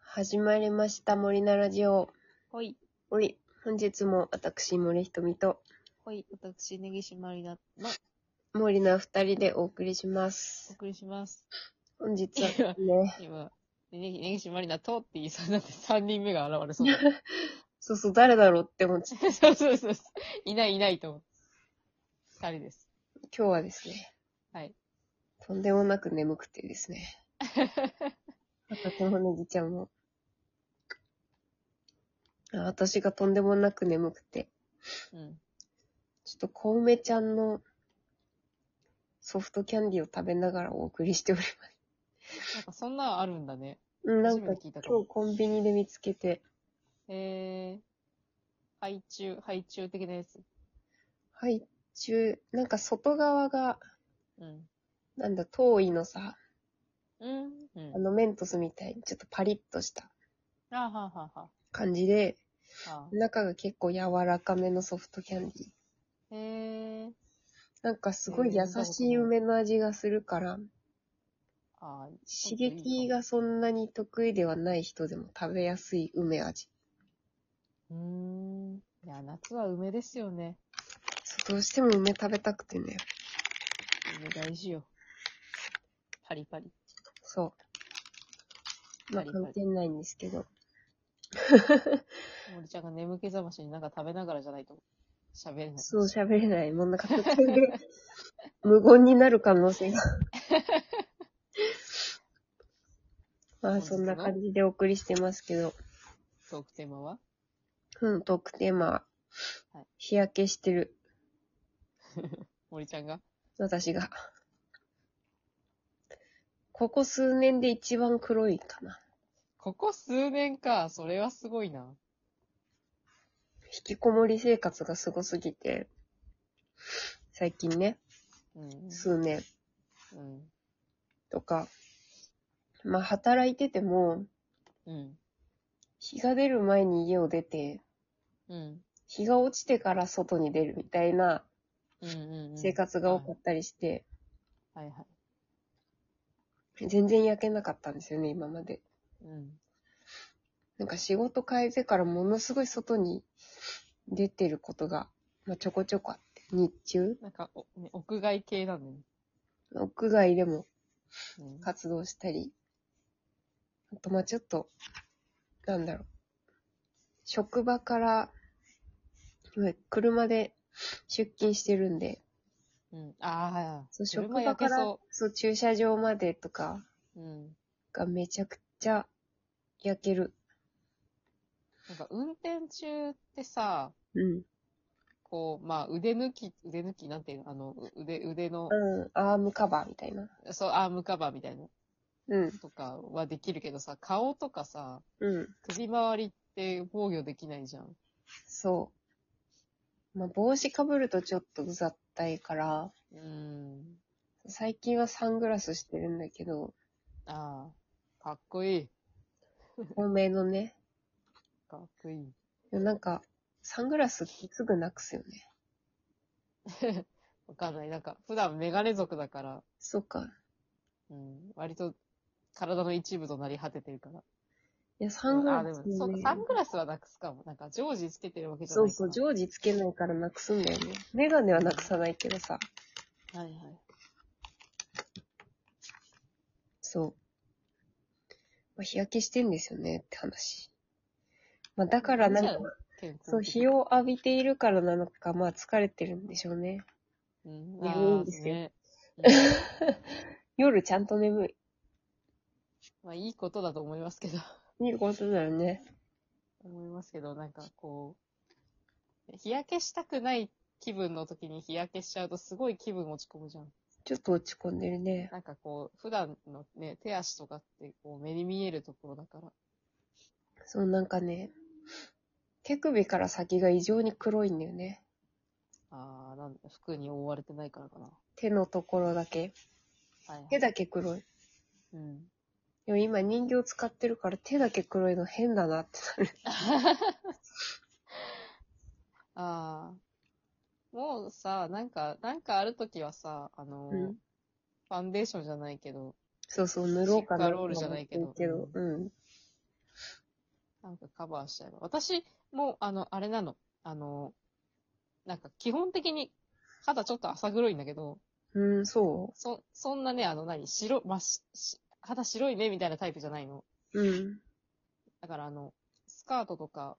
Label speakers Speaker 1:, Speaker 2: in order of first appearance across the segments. Speaker 1: 始まりました、森菜ラジオ。
Speaker 2: ほい、
Speaker 1: おい、本日も私、森ひとみと
Speaker 2: ほい、私、根岸まりなの、
Speaker 1: 森菜二人でお送りしま
Speaker 2: お
Speaker 1: す。
Speaker 2: 送りし ます。
Speaker 1: 本日はです ね、
Speaker 2: 今、ねぎ、根岸まりなとって言いそうになって3人目が現れそう だ。
Speaker 1: そうそう、誰だろうって思っちゃっ
Speaker 2: そうそうそう。いないいないと思って。二人です。
Speaker 1: た。今日はですね、
Speaker 2: はい。
Speaker 1: とんでもなく眠くてですね。またともねぎちゃんも。あ私がとんでもなく眠くて、
Speaker 2: うん。
Speaker 1: ちょっと小梅ちゃんのソフトキャンディーを食べながらお送りしております。
Speaker 2: なんかそんなんあるんだね。
Speaker 1: うんなん
Speaker 2: 初
Speaker 1: か
Speaker 2: めて聞いたか
Speaker 1: 今
Speaker 2: も
Speaker 1: 日コンビニで見つけて、
Speaker 2: えー、配中、配中的なやつ。
Speaker 1: はい、中、なんか外側が、
Speaker 2: うん。
Speaker 1: なんだ、遠いのさ、
Speaker 2: うん。うん
Speaker 1: あ。のメントスみたいにちょっとパリッとした
Speaker 2: あはあはあは
Speaker 1: 感じで、
Speaker 2: あはあ。
Speaker 1: 中が結構柔らかめのソフトキャンディー。
Speaker 2: えー、
Speaker 1: なんかすごい優しい
Speaker 2: えー
Speaker 1: 梅の味がするから、
Speaker 2: あー
Speaker 1: 刺激がそんなに得意ではない人でも食べやすい梅味。
Speaker 2: うーん。いや、夏は梅ですよね。
Speaker 1: そうどうしても梅食べたくてね。
Speaker 2: 梅大事よ。パリパリ。
Speaker 1: そう。まあ
Speaker 2: パリパリ
Speaker 1: 関係ないんですけど。
Speaker 2: 森ちゃんが眠気覚ましになんか食べながらじゃないと喋れない。
Speaker 1: そう喋れない。もうなんか途中で 無言になる可能性が。まあそんな感じでお送りしてますけど、
Speaker 2: トークテーマは
Speaker 1: うん、トークテーマは
Speaker 2: はい、
Speaker 1: 日焼けしてる、
Speaker 2: 森ちゃんが
Speaker 1: 私が。ここ数年で一番黒いかな。
Speaker 2: ここ数年か。それはすごいな。
Speaker 1: 引きこもり生活がすごすぎて、最近ね、
Speaker 2: うん。
Speaker 1: 数年
Speaker 2: うん。
Speaker 1: とか、まあ働いてても、
Speaker 2: うん。
Speaker 1: 日が出る前に家を出て、
Speaker 2: うん。
Speaker 1: 日が落ちてから外に出るみたいな
Speaker 2: うん。うん。
Speaker 1: 生活が多かったりして、
Speaker 2: はいはい。
Speaker 1: 全然焼けなかったんですよね、今まで。
Speaker 2: うん。
Speaker 1: なんか仕事変えてからものすごい外に出てることが、まあ、ちょこちょこあって、日中、
Speaker 2: なんかお、ね、屋外系なんだね。
Speaker 1: 屋外でも
Speaker 2: うん。
Speaker 1: 活動したり、あとまあちょっと、なんだろう、職場から、車で出勤してるんで、
Speaker 2: うん、ああ、はいはい。
Speaker 1: そう職
Speaker 2: 車
Speaker 1: 場
Speaker 2: 焼
Speaker 1: か
Speaker 2: け
Speaker 1: ら
Speaker 2: そ
Speaker 1: そう駐車場までとか、
Speaker 2: う。うん。
Speaker 1: がめちゃくちゃ焼ける。
Speaker 2: なんか運転中ってさ、
Speaker 1: うん。
Speaker 2: こう、まあ腕抜き、腕抜きなんていうのあの、う腕、腕の、
Speaker 1: うん。アームカバーみたいな。
Speaker 2: そう、アームカバーみたいな
Speaker 1: うん。
Speaker 2: とかはできるけどさ、顔とかさ、
Speaker 1: うん。
Speaker 2: 首回りって防御できないじゃん。
Speaker 1: そう。まあ、帽子かぶるとちょっとうざったいから、
Speaker 2: うーん。
Speaker 1: 最近はサングラスしてるんだけど、
Speaker 2: ああ、かっこいい。
Speaker 1: 透明のね。
Speaker 2: かっこいい。
Speaker 1: でもなんか、サングラスってすぐなくすよね。
Speaker 2: わかんない。なんか、普段メガネ族だから、
Speaker 1: そうか。
Speaker 2: うん、割と体の一部となり果ててるから。
Speaker 1: いや、サングラ
Speaker 2: あ
Speaker 1: ス、
Speaker 2: で
Speaker 1: ね。
Speaker 2: もそう、サングラスはなくすかも。なんか、常時つけてるわけじゃ
Speaker 1: そ
Speaker 2: な
Speaker 1: う
Speaker 2: い
Speaker 1: そう、
Speaker 2: う
Speaker 1: 常時つけないからなくすんだよね。メガネはなくさないけどさ。
Speaker 2: そう、はいはい。
Speaker 1: そう。まあ、日焼けしてんですよねって話。まあ、だからなんか、
Speaker 2: 健康的
Speaker 1: そう、日。を浴びているからなのか、まあ疲れてるんでしょうね。
Speaker 2: うん、
Speaker 1: いやい
Speaker 2: あ
Speaker 1: い
Speaker 2: ー
Speaker 1: んですよ
Speaker 2: ね。
Speaker 1: 夜ちゃんと眠い。
Speaker 2: まあ、いいことだと思いますけど、
Speaker 1: いいことだよね。
Speaker 2: 思いますけど、なんか、こう、日焼けしたくない気分の時に日焼けしちゃうと、すごい気分落ち込むじゃん。
Speaker 1: ちょっと落ち込んでるね。
Speaker 2: なんかこう、普段のね、手足とかってこう目に見えるところだから。
Speaker 1: そう、なんかね、手首から先が異常に黒いんだよね。
Speaker 2: ああ、なん服に覆われてないからかな。
Speaker 1: 手のところだけ。
Speaker 2: はい、はい。
Speaker 1: 手だけ黒い。
Speaker 2: うん。
Speaker 1: でも今人形使ってるから手だけ黒いの変だなってなる。
Speaker 2: ああ。もうさ、なんか、なんかあるときはさ、あの、
Speaker 1: うん
Speaker 2: ファンデーションじゃないけど、
Speaker 1: そうそう、塗ろうかな。
Speaker 2: シッカロールじゃないけど
Speaker 1: うん。
Speaker 2: なんかカバーしちゃえば。私も、あの、あれなの。あの、なんか基本的に肌ちょっと浅黒いんだけど、
Speaker 1: うーん、そ
Speaker 2: そ、そんなね、あの何、白、まし、し肌白いね、みたいなタイプじゃないの。
Speaker 1: ううん。
Speaker 2: だからあの、スカートとか、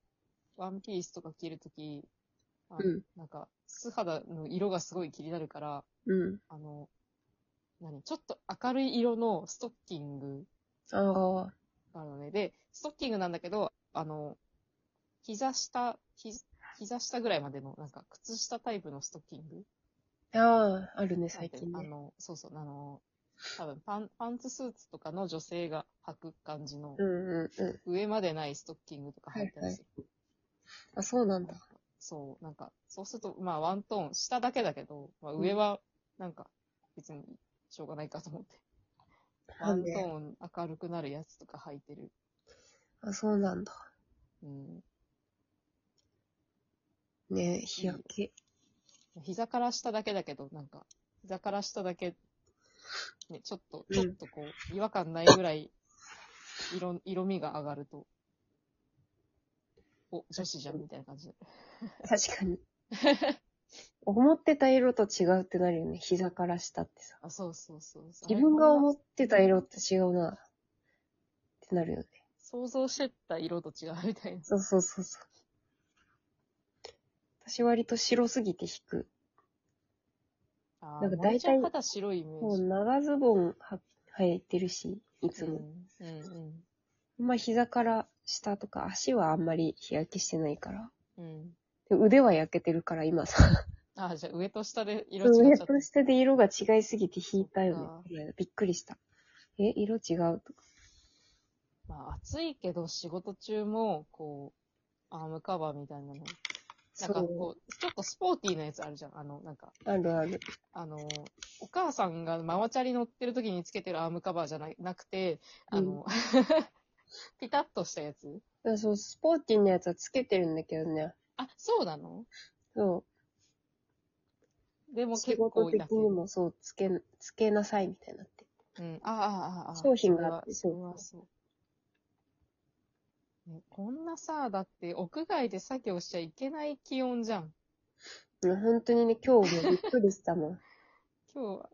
Speaker 2: ワンピースとか着るとき、あ
Speaker 1: うん
Speaker 2: なんか、素肌の色がすごい気になるから、
Speaker 1: うん。
Speaker 2: あの、何ちょっと明るい色のストッキング
Speaker 1: ああ。
Speaker 2: があるのね。で、ストッキングなんだけど、あの、膝下、ひ膝下ぐらいまでの、なんか、靴下タイプのストッキング
Speaker 1: ああ、あるね、最近
Speaker 2: あ
Speaker 1: ね。
Speaker 2: の、そうそう、あの、多分パン、パンツスーツとかの女性が履く感じの
Speaker 1: う、んうんうん。
Speaker 2: 上までないストッキングとか履いたりする。
Speaker 1: あ、そうなんだ。
Speaker 2: そう、なんか、そうすると、まあ、ワントーン、下だけだけど、まあ、上は、なんか、別に、しょうがないかと思って。ワ
Speaker 1: な
Speaker 2: ン
Speaker 1: ん
Speaker 2: ト
Speaker 1: で
Speaker 2: ーン明るくなるやつとか履いてる。
Speaker 1: あ、そうなんだ。
Speaker 2: うん。
Speaker 1: ね日焼け。
Speaker 2: 膝から下だけだけど、なんか、膝から下だけ、ね、ちょっと、
Speaker 1: うん
Speaker 2: ちょっとこう、違和感ないぐらい、色、色味が上がると、お、女子じゃん、みたいな感じで。
Speaker 1: 確 かに。思ってた色と違うってなるよね。膝から下ってさ。
Speaker 2: あ、そうそうそうそう。
Speaker 1: 自分が
Speaker 2: あれこんな
Speaker 1: 思ってた色って違うな。ってなるよね。
Speaker 2: 想像してた色と違うみたいな。
Speaker 1: そうそうそうそう。私割と白すぎて引く。
Speaker 2: あ
Speaker 1: な
Speaker 2: ー、
Speaker 1: んか
Speaker 2: 大
Speaker 1: 大体
Speaker 2: 体肌白いイメ
Speaker 1: も
Speaker 2: ー
Speaker 1: う
Speaker 2: ジ。
Speaker 1: 長ズボンは履いてるし、いつ
Speaker 2: うん
Speaker 1: も。、
Speaker 2: うん、
Speaker 1: まあ膝から下とか足はあんまり日焼けしてないから。
Speaker 2: うん。うん。
Speaker 1: で腕は焼けてるから今さ。
Speaker 2: あー、じゃあ上と下で色違っ
Speaker 1: 上
Speaker 2: ちゃった。
Speaker 1: と下で色が違いすぎて引いたよ
Speaker 2: そ
Speaker 1: ね。びっくりした。え、色違うとか。
Speaker 2: まあ、暑いけど仕事中も、こう、アームカバーみたいなの。なんか
Speaker 1: そ
Speaker 2: こう、ちょっとスポーティーなやつあるじゃん。あの、なんか、
Speaker 1: う。あるある。
Speaker 2: あの、お母さんがママチャリ乗ってる時につけてるアームカバーじゃななくて、あの、 ピタッとしたやつ。
Speaker 1: あそう、スポーティーなやつはつけてるんだけどね。
Speaker 2: あ、そうなの
Speaker 1: そ
Speaker 2: で
Speaker 1: う。
Speaker 2: も
Speaker 1: 仕
Speaker 2: 結構
Speaker 1: 事
Speaker 2: い
Speaker 1: 的
Speaker 2: な
Speaker 1: にもそう、つけ、つけなさいみたいになって。
Speaker 2: うん。ああ、ああ、ああ。
Speaker 1: 商品があって
Speaker 2: それはそれはそう。ね、こんなさ、だって屋外で作業しちゃいけない気温じゃん。
Speaker 1: うん本当にね、今日もびっくりした もん。
Speaker 2: 今日は、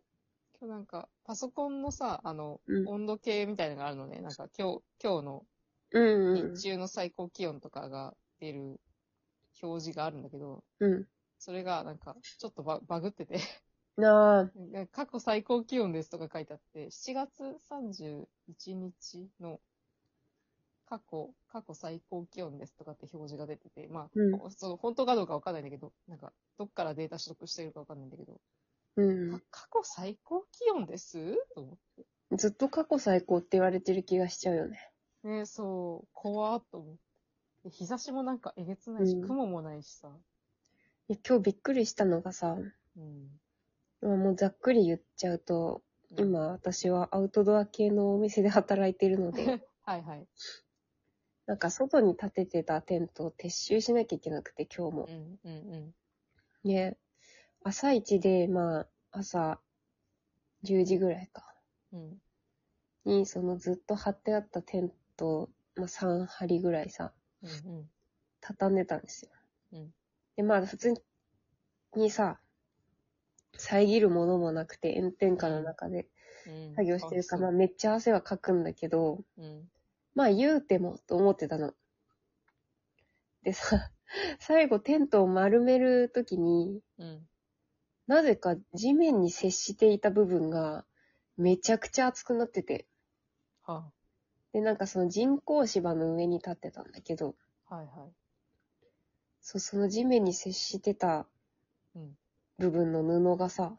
Speaker 2: 今日なんか、パソコンのさ、あの、
Speaker 1: うん
Speaker 2: 温度計みたいなのがあるのね。なんか今日、今日の
Speaker 1: うんうん
Speaker 2: 日中の最高気温とかが出る表示があるんだけど、
Speaker 1: うん。
Speaker 2: それがなんか、ちょっとババグって て、
Speaker 1: なあ、
Speaker 2: なんか過去最高気温ですとか書いてあって、7月31日の過去、過去最高気温ですとかって表示が出てて、まあ、
Speaker 1: うん
Speaker 2: そう本当かどうかわかんないんだけど、なんか、どっからデータ取得してるかわかんないんだけど、
Speaker 1: う
Speaker 2: か過去最高気温ですと思って。
Speaker 1: ん。ずっと過去最高って言われてる気がしちゃうよね。
Speaker 2: ねそう、怖っと思って。日差しもなんかえげつないし、
Speaker 1: うん
Speaker 2: 雲もないしさ。
Speaker 1: いや今日びっくりしたのがさ、
Speaker 2: うん。
Speaker 1: まあもうざっくり言っちゃうと、今私はアウトドア系のお店で働いてるの で、
Speaker 2: はいはい。
Speaker 1: なんか外に立ててたテントを撤収しなきゃいけなくて今日も
Speaker 2: う。ん、うん、うん。
Speaker 1: ね、朝一で、まあ、朝10時ぐらいか、
Speaker 2: うん、
Speaker 1: に、そのずっと張ってあったテントを、まあ3張ぐらいさ、
Speaker 2: うん、うん。
Speaker 1: 畳んでたんですよ。
Speaker 2: うん
Speaker 1: で、まあ普通にさ、遮るものもなくて炎天下の中で
Speaker 2: うん
Speaker 1: 作業してるか、ま
Speaker 2: あ
Speaker 1: あめっちゃ汗はかくんだけど、
Speaker 2: そううん。
Speaker 1: まあ言うてもと思ってたの。でさ、最後テントを丸めるときに、
Speaker 2: うん。
Speaker 1: なぜか地面に接していた部分がめちゃくちゃ熱くなってて、
Speaker 2: は
Speaker 1: で、なんかその人工芝の上に立ってたんだけど、
Speaker 2: あ、はいはい。
Speaker 1: そうその地面に接してた
Speaker 2: うん
Speaker 1: 部分の布がさ、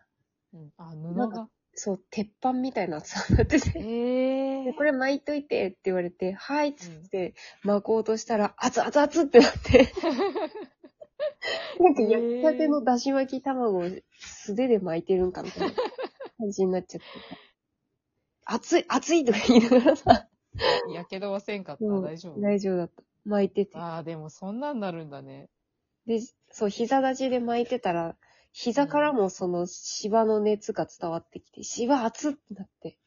Speaker 2: うん。あ、
Speaker 1: な
Speaker 2: 布
Speaker 1: ん
Speaker 2: が
Speaker 1: か。そう、鉄板みたいな厚さになってて、
Speaker 2: ええ
Speaker 1: でこれ巻いといてって言われて、はいっつって巻こうとしたら、熱々熱ってなって、なんか焼きたてのだし巻き卵を素手で巻いてるんかみたいな感じになっちゃってさ、熱い、熱いとか言いながらさ、
Speaker 2: やけどはせんかった。
Speaker 1: うん
Speaker 2: 大丈夫。
Speaker 1: 大丈夫だった。巻いてて。
Speaker 2: ああ、でもそんなんなるんだね。
Speaker 1: で、そう、膝立ちで巻いてたら、膝からもその芝の熱が伝わってきて、芝熱ってなって、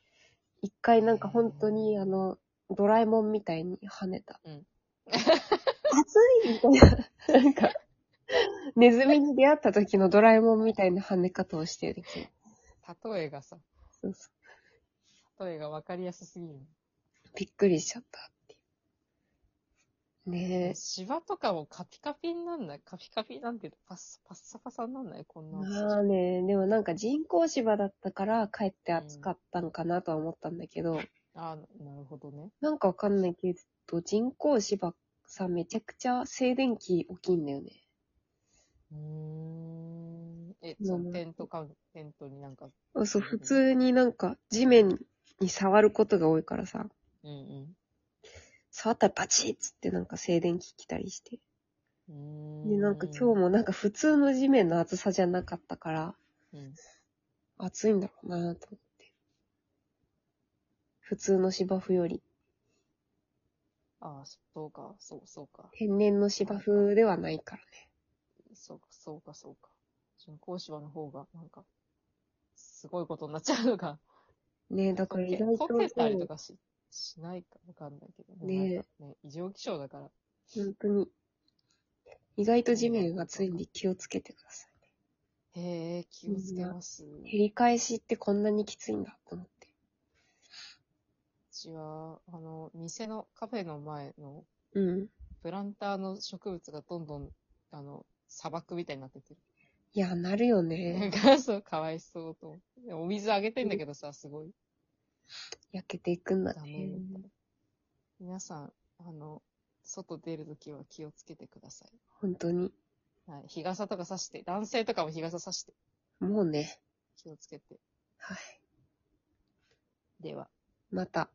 Speaker 1: 一回なんか本当にあの、ドラえもんみたいに跳ねた。
Speaker 2: うん
Speaker 1: 暑いみたいな。なんか、ネズミに出会った時のドラえもんみたいな跳ね方をしてる気が
Speaker 2: 例えがさ、
Speaker 1: そうそ
Speaker 2: 例えが分かりやすすぎる。
Speaker 1: う。びっくりしちゃったっていう。ねえ。
Speaker 2: 芝とかもカピカピになんないカピカピなんていうのパッサパッサパサになんないこんな。
Speaker 1: まあね、でもなんか人工芝だったからかえって暑かったのかなとは思ったんだけど、
Speaker 2: あーなるほどね。
Speaker 1: なんかわかんないけど、人工芝さ、めちゃくちゃ静電気起きんだよね。
Speaker 2: うーん。え、そのテントか、テントになんか、
Speaker 1: あそう、普通になんか地面に触ることが多いからさ、
Speaker 2: うん
Speaker 1: 触ったらバチッつってなんか静電気来たりして。
Speaker 2: うん。うー
Speaker 1: で、なんか今日もなんか普通の地面の厚さじゃなかったから、
Speaker 2: うん
Speaker 1: 暑いんだろうなと思って。普通の芝生より、
Speaker 2: ああ、そうか、そう、そうか。
Speaker 1: 天然の芝生ではないからね。
Speaker 2: そうか、そうか、そうか。人工芝の方が、なんか、すごいことになっちゃうのか。
Speaker 1: ねえ、だから意外と
Speaker 2: 溶けたりと
Speaker 1: そ
Speaker 2: かししないかわかんないけど。でも
Speaker 1: ねえ
Speaker 2: なんかね異常気象だから。
Speaker 1: う、本当に、意外と地面が熱いんで気をつけてくださ
Speaker 2: へえ、気をつけます。
Speaker 1: い。照り返しってこんなにきついんだと思って。
Speaker 2: うちは、あの、店のカフェの前の
Speaker 1: うん。
Speaker 2: プランターの植物がどんどん、あの、砂漠みたいになってて。
Speaker 1: いや、なるよ
Speaker 2: なん
Speaker 1: ね。
Speaker 2: か、そう、かわいそうと思って。お水あげてんだけどさ、すごい。
Speaker 1: 焼けていくんだ
Speaker 2: ダメ
Speaker 1: ね
Speaker 2: み。たい。皆さん、あの、外出るときは気をつけてください。
Speaker 1: 本当に。
Speaker 2: はい。日傘とかさして、男性とかも日傘さして、
Speaker 1: もうね。
Speaker 2: 気をつけて。
Speaker 1: はい。
Speaker 2: では。
Speaker 1: また。